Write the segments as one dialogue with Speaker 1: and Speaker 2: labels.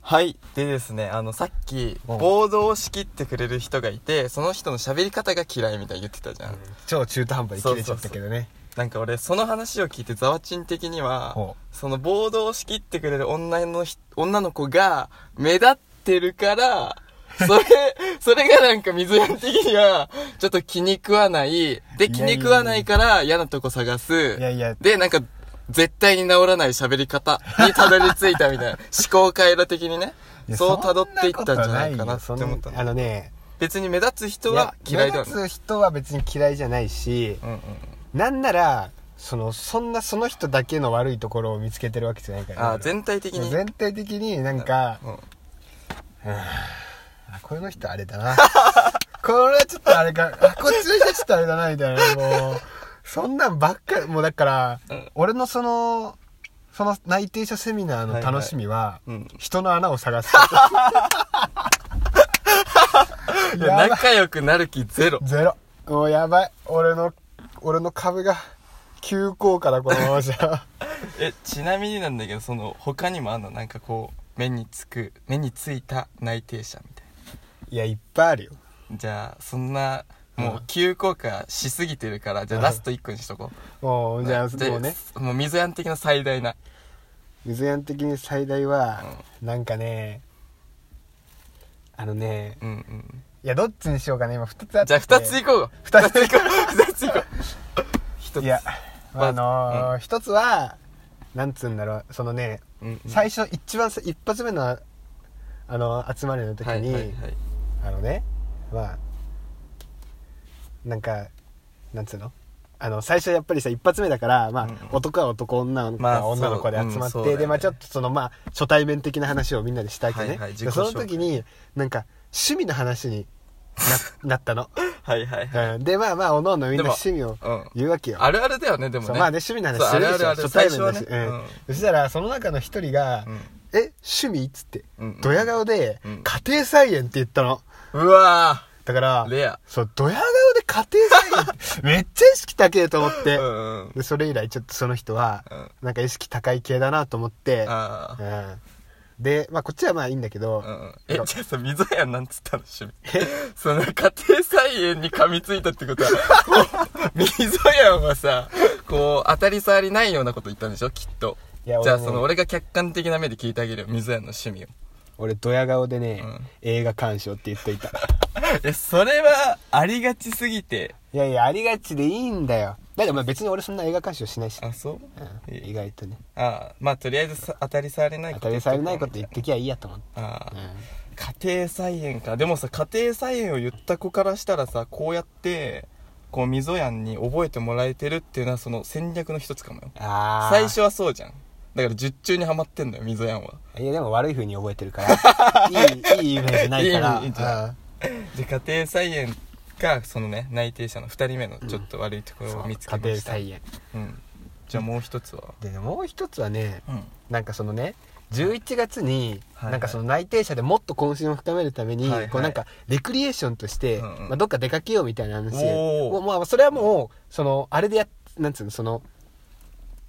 Speaker 1: はい。でですね、あの、さっき、
Speaker 2: うん
Speaker 1: ボードを仕切ってくれる人がいて、その人の喋り方が嫌いみたいに言ってたじゃん。
Speaker 2: 超中途半端に切れちゃったけどね
Speaker 1: なんか俺、その話を聞いて、ザワチン的には
Speaker 2: ほ、
Speaker 1: そのボードを仕切ってくれる女のひ、女の子が、目立ってるから、そ れ、それがなんか水谷的には、ちょっと気に食わない。で、気に食わないから嫌なとこ探す。
Speaker 2: いやいや
Speaker 1: で、なんか、絶対に治らない喋り方にたどり着いたみ たいな。思考回路的にね。
Speaker 2: いや
Speaker 1: そう辿っていったんじゃないかなって
Speaker 2: そんこ
Speaker 1: 思った
Speaker 2: となよそん
Speaker 1: の。
Speaker 2: あのね
Speaker 1: 別に目立つ人は嫌いでは
Speaker 2: や
Speaker 1: ない。
Speaker 2: 目立つ人は別に嫌いじゃないし
Speaker 1: うんうん。
Speaker 2: なんならそのそんなその人だけの悪いところを見つけてるわけじゃないからね
Speaker 1: あー、
Speaker 2: 俺
Speaker 1: 全体的に。
Speaker 2: 全体的になんか
Speaker 1: うん
Speaker 2: あこの人あれだな これはちょっとあれかあこっちの人はちょっとあれだなみたいなもうそんなんばっかりもうだから、俺のそのその内定者セミナーの楽しみは、
Speaker 1: いはいうん
Speaker 2: 人の穴を探 す
Speaker 1: いや
Speaker 2: やばい
Speaker 1: 仲良くなる気ゼロ。
Speaker 2: ゼロもうやばい俺の俺の株が急降下だこのままじゃ
Speaker 1: え、ちなみになんだけど、その、他にもあんのなんかこう、目につく、目についた内定者みたい
Speaker 2: いやいっぱいあるよ
Speaker 1: な。じゃあ、そんな、も
Speaker 2: う
Speaker 1: う急降下しすぎてるから、じゃあ
Speaker 2: うん
Speaker 1: ラスト1個にしとこ
Speaker 2: もう
Speaker 1: う。
Speaker 2: じゃあ
Speaker 1: で
Speaker 2: もうね
Speaker 1: もう水やん的な最大な。
Speaker 2: 水やん的に最大は、なんかねあのね
Speaker 1: うんうん。
Speaker 2: いやどっちにしようかね今2つあって
Speaker 1: じゃあ2つ
Speaker 2: い
Speaker 1: いこうよ。
Speaker 2: 二つ
Speaker 1: いこう。2ついこう。1つ。
Speaker 2: や
Speaker 1: まず
Speaker 2: あのー一つはなんつうんだろうそのね、
Speaker 1: うんうん
Speaker 2: 最初一番さ一発目のああの集まりの時に、
Speaker 1: はいはいはい。
Speaker 2: あのねまあなんかなんつうのあの最初やっぱりさ一発目だから、まあ
Speaker 1: うんうん
Speaker 2: 男は男女の子
Speaker 1: まあ
Speaker 2: は女の子で
Speaker 1: そう
Speaker 2: 集まって、
Speaker 1: うんそうだよね
Speaker 2: でまあちょっとそのまあ初対面的な話をみんなでしたわけね、
Speaker 1: はいはい自己
Speaker 2: で
Speaker 1: 紹
Speaker 2: そ
Speaker 1: 介
Speaker 2: の時になんか趣味の話にな なったの、
Speaker 1: はいはいはい。
Speaker 2: うん、でまあまあおのおのみんな
Speaker 1: でも
Speaker 2: 趣味を
Speaker 1: うん
Speaker 2: 言うわけよ
Speaker 1: あるあるだよね、でも
Speaker 2: そう
Speaker 1: ね。
Speaker 2: まあね趣味の
Speaker 1: そう
Speaker 2: 話するでしょ
Speaker 1: あるあるある
Speaker 2: 初対面だし、
Speaker 1: 最初はね
Speaker 2: うん
Speaker 1: うん
Speaker 2: そしたらその中の一人が「
Speaker 1: うん
Speaker 2: え趣味?」っつって、
Speaker 1: うんうん
Speaker 2: ドヤ顔で、
Speaker 1: うん
Speaker 2: 家庭菜園」って言ったの
Speaker 1: うわ
Speaker 2: だから
Speaker 1: ーレア。
Speaker 2: そうドヤ顔で家庭菜園って めっちゃ意識高えと思って、
Speaker 1: うんうん。
Speaker 2: でそれ以来ちょっとその人は、
Speaker 1: うん
Speaker 2: なんか意識高い系だなと思って、
Speaker 1: あ
Speaker 2: う
Speaker 1: あ。
Speaker 2: ん、で、まあ、こっちはまあいいんだけど、
Speaker 1: うんうん。え、じゃあさ、溝やんなんつったの趣味。その家庭菜園に噛みついたってこと は、こう、溝やんはさ、こう、当たり障りないようなこと言ったんでしょきっと。
Speaker 2: い
Speaker 1: じゃ
Speaker 2: や
Speaker 1: あ
Speaker 2: 俺ね
Speaker 1: その、俺が客観的な目で聞いてあげるよ。溝やんの趣味を。
Speaker 2: 俺ドヤ顔でね、
Speaker 1: うん
Speaker 2: 映画鑑賞って言っ といた
Speaker 1: え、それは、ありがちすぎて。
Speaker 2: いやいやありがちでいいんだよだってまあ別に俺そんな映画鑑賞しないし、
Speaker 1: あ、そう
Speaker 2: うん
Speaker 1: え
Speaker 2: 意外とね
Speaker 1: ああ、まあとりあえずさ当たり障りないこ
Speaker 2: 当
Speaker 1: と
Speaker 2: た
Speaker 1: 言っとこ
Speaker 2: り
Speaker 1: う。
Speaker 2: 障りないこと言ってきゃいいやと思って、
Speaker 1: ああ
Speaker 2: う。ん
Speaker 1: 家庭菜園かでもさ家庭菜園を言った子からしたらさこうやってこう溝やんに覚えてもらえてるっていうのはその戦略の一つかもよ
Speaker 2: ああ
Speaker 1: 最初はそうじゃんだから術中にはまってんだよ溝やんは
Speaker 2: いやでも悪い風に覚えてるか らいいいいイメージないから
Speaker 1: いいイメージ
Speaker 2: あ
Speaker 1: で家庭菜園かそのね内定者の2人目のちょっと悪いとこ
Speaker 2: ー
Speaker 1: ろ
Speaker 2: そ
Speaker 1: を
Speaker 2: う
Speaker 1: 見つけ
Speaker 2: 家
Speaker 1: ま
Speaker 2: 庭
Speaker 1: した、うん、
Speaker 2: 菜園
Speaker 1: じゃあもう一つは
Speaker 2: でもう一つはね
Speaker 1: うん
Speaker 2: なんかそのね11月に
Speaker 1: はいはい
Speaker 2: なんかその内定者でもっと懇親を深めるために
Speaker 1: はいはい
Speaker 2: こうなんかレクリエーションとして
Speaker 1: うんうん
Speaker 2: まあどっか出かけようみたいな話
Speaker 1: おー
Speaker 2: もうまあそれはもうそのあれでやっなんつうのその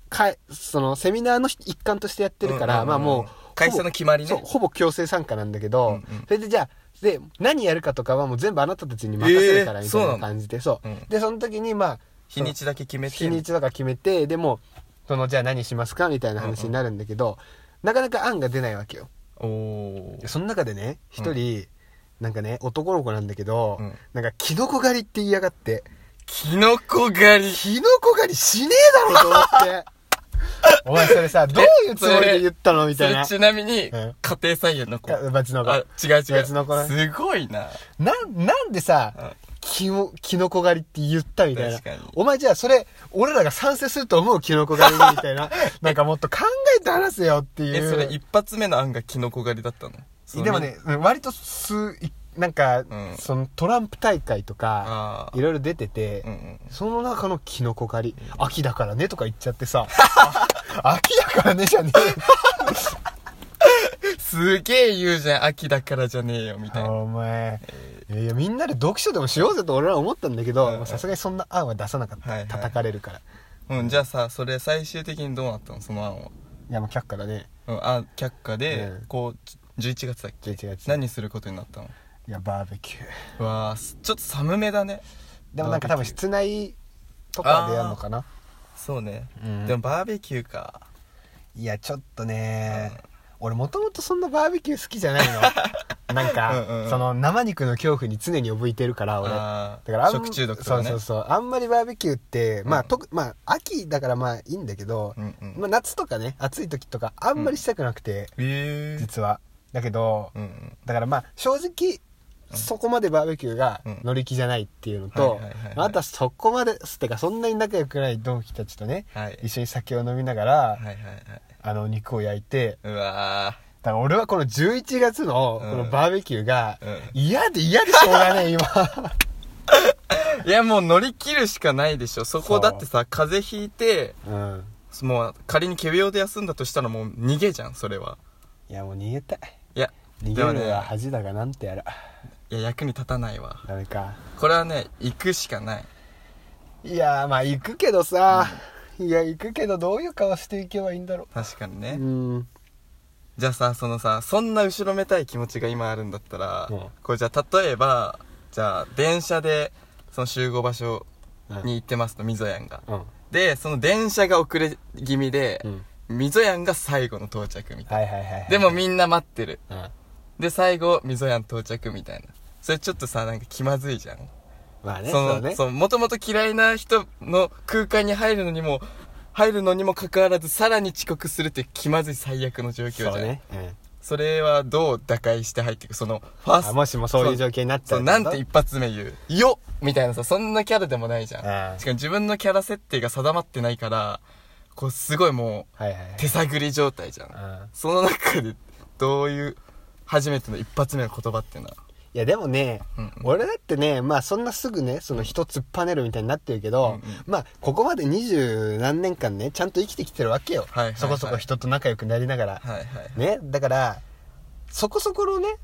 Speaker 2: かそのセミナーの一環としてやってるか
Speaker 1: うんうん
Speaker 2: ら
Speaker 1: うん
Speaker 2: まあもう
Speaker 1: 会社の決まりね
Speaker 2: そうほぼ強制参加なんだけど、
Speaker 1: うんうん
Speaker 2: それでじゃあで何やるかとかはもう全部あなたたちに任せるから
Speaker 1: えー
Speaker 2: みた
Speaker 1: そ
Speaker 2: い
Speaker 1: うな
Speaker 2: な
Speaker 1: の
Speaker 2: 感じで、そう
Speaker 1: うん
Speaker 2: でその時にまあ
Speaker 1: 日にちだけ決めて
Speaker 2: 日にちとか決めてでもそのじゃあ何しますかみたいな話になるんだけど、なかなか案が出ないわけよ
Speaker 1: おおー
Speaker 2: その中でね一人、なんかね男の子なんだけど、
Speaker 1: うん
Speaker 2: なんかキノコ狩りって言いやがって
Speaker 1: キノコ狩り
Speaker 2: キノコ狩りしねえだろと思って お前それ さどういうつもりで言ったのみ
Speaker 1: そ
Speaker 2: たい
Speaker 1: れ
Speaker 2: な
Speaker 1: ちなみに
Speaker 2: うん
Speaker 1: 家庭菜園の子
Speaker 2: か別の子
Speaker 1: あ違う違う
Speaker 2: 別の子ね
Speaker 1: すごいな
Speaker 2: なんなんでさ、
Speaker 1: うん
Speaker 2: キモキノコ狩りって言ったみたいな
Speaker 1: 確かに
Speaker 2: お前じゃあそれ俺らが賛成すると思うキノコ狩りにみた いななんかもっと考えて話せよっていう
Speaker 1: えそれ一発目の案がキノコ狩りだったのその
Speaker 2: でもねうん割とすいなんか、
Speaker 1: ん
Speaker 2: そのトランプ大会とか
Speaker 1: ああ
Speaker 2: いろいろ出てて、
Speaker 1: うんうん
Speaker 2: その中のキノコ狩り秋だからねとか言っちゃっ てさあ秋だからねじゃねえ
Speaker 1: すげえ言うじゃん秋だからじゃ ねえよみたいな
Speaker 2: お前、いやいやみんなで読書でもしようぜと俺らは思ったんだけど
Speaker 1: うんうん
Speaker 2: まあさすがにそんな案は出さなかった、
Speaker 1: はいはい
Speaker 2: 叩かれるから
Speaker 1: うんじゃあさそれ最終的にどうなったのその案はい
Speaker 2: やもう却下だね
Speaker 1: うんあ却下で
Speaker 2: うん
Speaker 1: こうち11月だっけ
Speaker 2: 11月
Speaker 1: 何することになったの
Speaker 2: いやバーベキュー
Speaker 1: うわーちょっと寒めだね
Speaker 2: でもなんか多分室内とかでやるのかな
Speaker 1: そうね、
Speaker 2: うん
Speaker 1: でもバーベキューか
Speaker 2: いやちょっとね、俺もともとそんなバーベキュー好きじゃないの なん
Speaker 1: う
Speaker 2: か
Speaker 1: んうんうん
Speaker 2: その生肉の恐怖に常に怯えてるから俺
Speaker 1: あー
Speaker 2: だからあん
Speaker 1: 食中毒とかね
Speaker 2: そうそうそうあんまりバーベキューってまあ、
Speaker 1: うん
Speaker 2: とくまあ秋だからまあいいんだけど、
Speaker 1: うんうん、
Speaker 2: まあ、夏とかね暑い時とかあんまりしたくなくて、
Speaker 1: えー
Speaker 2: 実はだけど、
Speaker 1: うんうん
Speaker 2: だからまあ正直そこまでバーベキューが
Speaker 1: うん
Speaker 2: 乗り気じゃないっていうの
Speaker 1: は
Speaker 2: と
Speaker 1: いはいはいはい
Speaker 2: またそこまですってかそんなに仲良くない同期たちとね
Speaker 1: はい
Speaker 2: 一緒に酒を飲みながら
Speaker 1: はいはいはい
Speaker 2: あの肉を焼いて
Speaker 1: うわ
Speaker 2: だから俺はこの11月の
Speaker 1: う
Speaker 2: こ
Speaker 1: ん
Speaker 2: のバーベキューが
Speaker 1: うん
Speaker 2: 嫌で嫌でしょうがねえ 今
Speaker 1: ーいやもう乗り切るしかないでしょそこだってさ風邪ひいて
Speaker 2: うん
Speaker 1: もう仮に仮病で休んだとしたらもう逃げじゃんそれはい
Speaker 2: やもう逃げたい
Speaker 1: いや
Speaker 2: 逃
Speaker 1: でも
Speaker 2: げ
Speaker 1: ね
Speaker 2: るは恥だがなんてやら
Speaker 1: いや役に立たないわ
Speaker 2: ダメか
Speaker 1: これはね行くしかない
Speaker 2: いやーまあ行くけどさいや行くけどどういう顔していけばいいんだろ
Speaker 1: 確かに
Speaker 2: う
Speaker 1: ね、
Speaker 2: うん
Speaker 1: じゃあさそのさそんな後ろめたい気持ちが今あるんだったら、
Speaker 2: うん
Speaker 1: これじゃあ例えばじゃあ電車でその集合場所
Speaker 2: うん
Speaker 1: に行ってますとみぞやんが、
Speaker 2: うん
Speaker 1: でその電車が遅れ気味で
Speaker 2: う、ん
Speaker 1: みぞやんが最後の到着みたい
Speaker 2: はいはいはいはい
Speaker 1: なでもみんな待ってる
Speaker 2: うん
Speaker 1: で最後みぞやん到着みたいなそれちょっとさなんか気まずいじゃん
Speaker 2: まあね、
Speaker 1: そ
Speaker 2: そ
Speaker 1: の
Speaker 2: うね。
Speaker 1: そうもともと嫌いな人の空間に入るのにも入るのにもかかわらずさらに遅刻するって気まずい最悪の状況じゃん
Speaker 2: そう
Speaker 1: そ,、
Speaker 2: ね。うん。
Speaker 1: れはどう打開して入っていくそのファース
Speaker 2: あ
Speaker 1: ト
Speaker 2: もしもそういう状況になった
Speaker 1: そう
Speaker 2: ら。
Speaker 1: なんて一発目言うよっみたいなさそんなキャラでもないじゃん
Speaker 2: ああ
Speaker 1: しかも自分のキャラ設定が定まってないからこうすごいも
Speaker 2: はいはいう
Speaker 1: 手探り状態じゃん
Speaker 2: はい。うん。
Speaker 1: その中でどういう初めての一発目の言葉っていうのはい
Speaker 2: やでもね、
Speaker 1: うんうん
Speaker 2: 俺だってね、まあそんなすぐね、その人突っぱねるみたいになってるけど、
Speaker 1: うんうん
Speaker 2: まあここまで二十何年間ね、ちゃんと生きてきてるわけ
Speaker 1: は
Speaker 2: よ。
Speaker 1: いはいはい
Speaker 2: そこそこ人と仲良くなりながら。
Speaker 1: はいはい
Speaker 2: ね、だから、そこそこのね、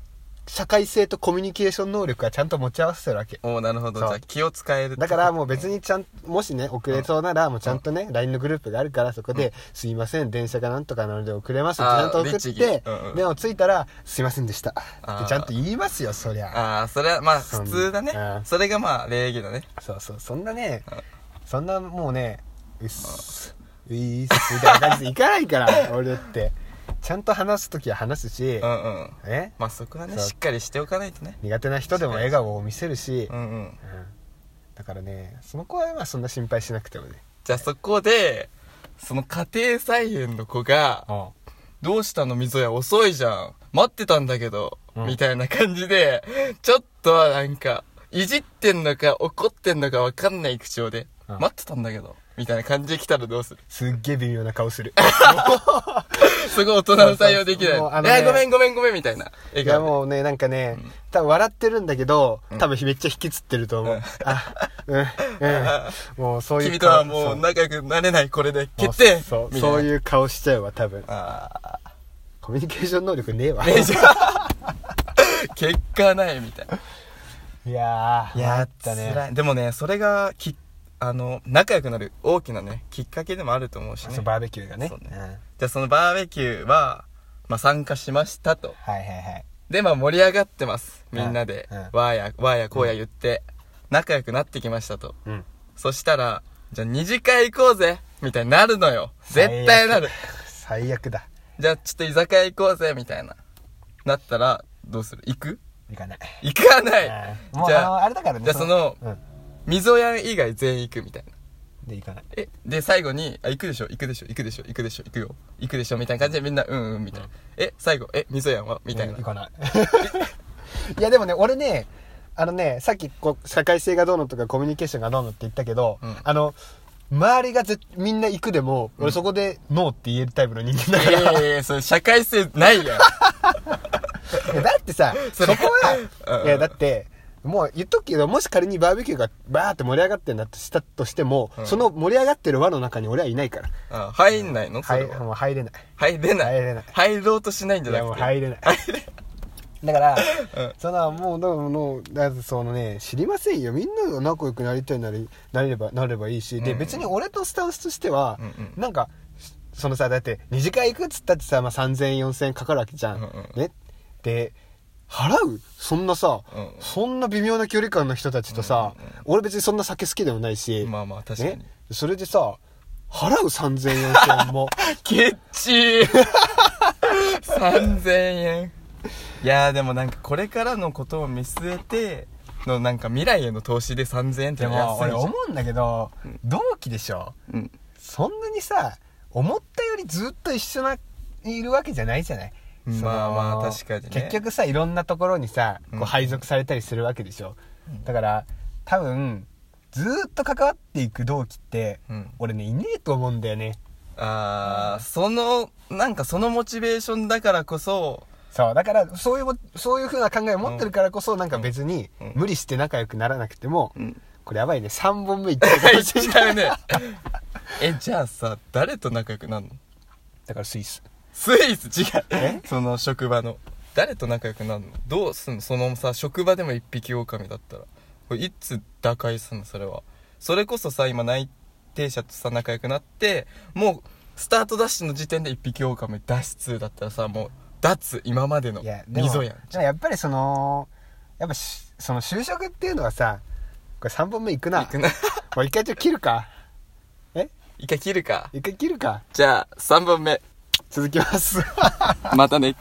Speaker 2: 社会性とコミュニケーション能力はちゃんと持ち合わせてるわけ。
Speaker 1: おおなるほどじ
Speaker 2: そう
Speaker 1: ゃあ気を使える
Speaker 2: だからもう
Speaker 1: う
Speaker 2: 別にちゃんもしね遅れそうならもうちゃんとね LINE のグループがあるからそこで「すいません電車がなんとかなので遅れます」ってち
Speaker 1: あー
Speaker 2: ゃんと送っ
Speaker 1: 律儀
Speaker 2: て
Speaker 1: うんうん
Speaker 2: でも着いたら「すいませんでした」
Speaker 1: あー
Speaker 2: ってちゃんと言いますよそりゃ
Speaker 1: ああそれはまあ
Speaker 2: そ
Speaker 1: 普
Speaker 2: ん
Speaker 1: 通だね
Speaker 2: うん
Speaker 1: それがまあ礼儀だね
Speaker 2: そうそうそんなね
Speaker 1: うん
Speaker 2: そんなもうね「うっすういっす」みたいな感じでいかないから 俺だってちゃんと話す時は話すし
Speaker 1: うんうん
Speaker 2: ね
Speaker 1: まあそこはね
Speaker 2: そう
Speaker 1: しっかりしておかないとね
Speaker 2: 苦手な人でも笑顔を見せるし
Speaker 1: うんうん
Speaker 2: うんだからねその子はまあそんな心配しなくてもね
Speaker 1: じゃあそこでその家庭菜園の子が「どうしたの溝や遅いじゃん待ってたんだけど」
Speaker 2: うん
Speaker 1: みたいな感じでちょっとはなんかいじってんのか怒ってんのかわかんない口調で「
Speaker 2: うん
Speaker 1: 待ってたんだけど」みたいな感じで来たらどうする
Speaker 2: すっげえ微妙な顔する
Speaker 1: すごい大人の対応できない
Speaker 2: そうそうもうあ
Speaker 1: 「い
Speaker 2: のね
Speaker 1: やごめんごめんごめん」みたいない笑
Speaker 2: や
Speaker 1: 顔
Speaker 2: もうね、なんかね、多分笑ってるんだけど、多分めっちゃ引きつってると思う。あ、うん、うん。もうそう
Speaker 1: で
Speaker 2: いう
Speaker 1: 君とは
Speaker 2: 顔
Speaker 1: もう
Speaker 2: そ
Speaker 1: 仲良くなれないこれで決定
Speaker 2: そうそう、
Speaker 1: みたいな
Speaker 2: そういう顔しちゃうわ、多分。
Speaker 1: ああ
Speaker 2: コミュニケーション能力ねえわ。
Speaker 1: ねじゃあ結果ないみたいない
Speaker 2: やー、
Speaker 1: あ
Speaker 2: あった
Speaker 1: 辛
Speaker 2: ね。
Speaker 1: いでもねそれがきあの仲良くなる大きなねきっかけでもあると思うしね
Speaker 2: そう、バーベキューがね。
Speaker 1: そうね
Speaker 2: んはい
Speaker 1: じゃあそのバーベキューは、まあ、参加しましたと
Speaker 2: はいはい。
Speaker 1: でまあ盛り上がってますみんなで、
Speaker 2: うんうん
Speaker 1: わーやわーやこうや言って、仲良くなってきましたと
Speaker 2: うん。
Speaker 1: そしたらじゃあ二次会行こうぜみたいになるのよ絶対なる
Speaker 2: 最悪だ。
Speaker 1: じゃあちょっと居酒屋行こうぜみたいななったらどうする行く
Speaker 2: いかない。
Speaker 1: 行かない
Speaker 2: うんもう、
Speaker 1: じ
Speaker 2: あ
Speaker 1: ゃあ
Speaker 2: の、あれだからね。
Speaker 1: じゃあその
Speaker 2: うん。
Speaker 1: 溝やん以外全員行くみたいな
Speaker 2: で、いかない。
Speaker 1: えで最後に「あ行くでしょ行くでしょ行くでしょ行くでしょ行くよ行くでしょ」みたいな感じでみんな「うんうん」みたいな「え最後えみぞやんは?」みたいな、
Speaker 2: 行かない いやでもね俺ねあのねさっきこう社会性がどうのとかコミュニケーションがどうのって言ったけど、
Speaker 1: うん
Speaker 2: あの周りがぜみんな行くでも、俺そこでノーって言えるタイプの人間だ
Speaker 1: い
Speaker 2: から、
Speaker 1: やいやいやそれ社会性ないやん
Speaker 2: いやだってさそこは、
Speaker 1: うん
Speaker 2: いやだってもう言っとくけどもし仮にバーベキューがバーって盛り上がってんだとしたとしても、
Speaker 1: うん
Speaker 2: その盛り上がってる輪の中に俺はいないから
Speaker 1: あ入んないのそ
Speaker 2: は
Speaker 1: れ
Speaker 2: い
Speaker 1: は
Speaker 2: もう入れない
Speaker 1: 入れない
Speaker 2: 入れない
Speaker 1: 入ろうとしないんじ
Speaker 2: い
Speaker 1: ゃな
Speaker 2: やもう
Speaker 1: くて
Speaker 2: 入れ ないだから、
Speaker 1: うん
Speaker 2: そんなもうだからもうだってそのね知りませんよみんなが仲良くなりたいなりなればなればいいし、
Speaker 1: う
Speaker 2: で
Speaker 1: ん
Speaker 2: 別に俺とスタンスとしては、
Speaker 1: うんうん
Speaker 2: なんかそのさだって二次会行くっつったってさ、まあ、3000円4000円かかるわけじゃん、
Speaker 1: うんうん
Speaker 2: ねって払うそんなさ、
Speaker 1: うん
Speaker 2: そんな微妙な距離感の人たちとさ、俺別にそんな酒好きでもないし、
Speaker 1: まあまあ確かに
Speaker 2: ね、それでさ払う3000 4000円も
Speaker 1: ケッチー3000円いやーでもなんかこれからのことを見据えてのなんか未来への投資で3000円って
Speaker 2: で
Speaker 1: の
Speaker 2: も
Speaker 1: は安い
Speaker 2: 俺
Speaker 1: じゃん
Speaker 2: 思うんだけど、同期でしょ
Speaker 1: うん
Speaker 2: そんなにさ思ったよりずっと一緒にいるわけじゃないじゃない
Speaker 1: まあ
Speaker 2: その
Speaker 1: まあ確かにね
Speaker 2: 結局さいろんなところにさ
Speaker 1: う
Speaker 2: こ
Speaker 1: ん
Speaker 2: う配属されたりするわけでしょ、だから多分ずーっと関わっていく同期って、
Speaker 1: うん
Speaker 2: 俺ねいねえと思うんだよね
Speaker 1: あーそのなんかそのモチベーションだからこそ
Speaker 2: そうだからそういうもそういうふうな考えを持ってるからこそ、なんか別に
Speaker 1: うん
Speaker 2: 無理して仲良くならなくても、
Speaker 1: うん
Speaker 2: これやばいね3本目いっちゃうかもしれない
Speaker 1: 違うねえじゃあさ誰と仲良くなるの
Speaker 2: だからスイス
Speaker 1: スイス違うその職場の誰と仲良くなるのどうすんのそのさ職場でも一匹狼だったらこれいつ打開すんのそれはそれこそさ今内定者とさ仲良くなってもうスタートダッシュの時点で一匹狼脱出だったらさもう脱今までの
Speaker 2: いやでも
Speaker 1: 溝やん
Speaker 2: でもやっぱりそのやっぱしその就職っていうのはさこれ3本目いくな
Speaker 1: 行くな
Speaker 2: もう一回ちょっと切るかえ
Speaker 1: 一回切るか
Speaker 2: 一回切るか
Speaker 1: じゃあ3番目
Speaker 2: 続きます
Speaker 1: またね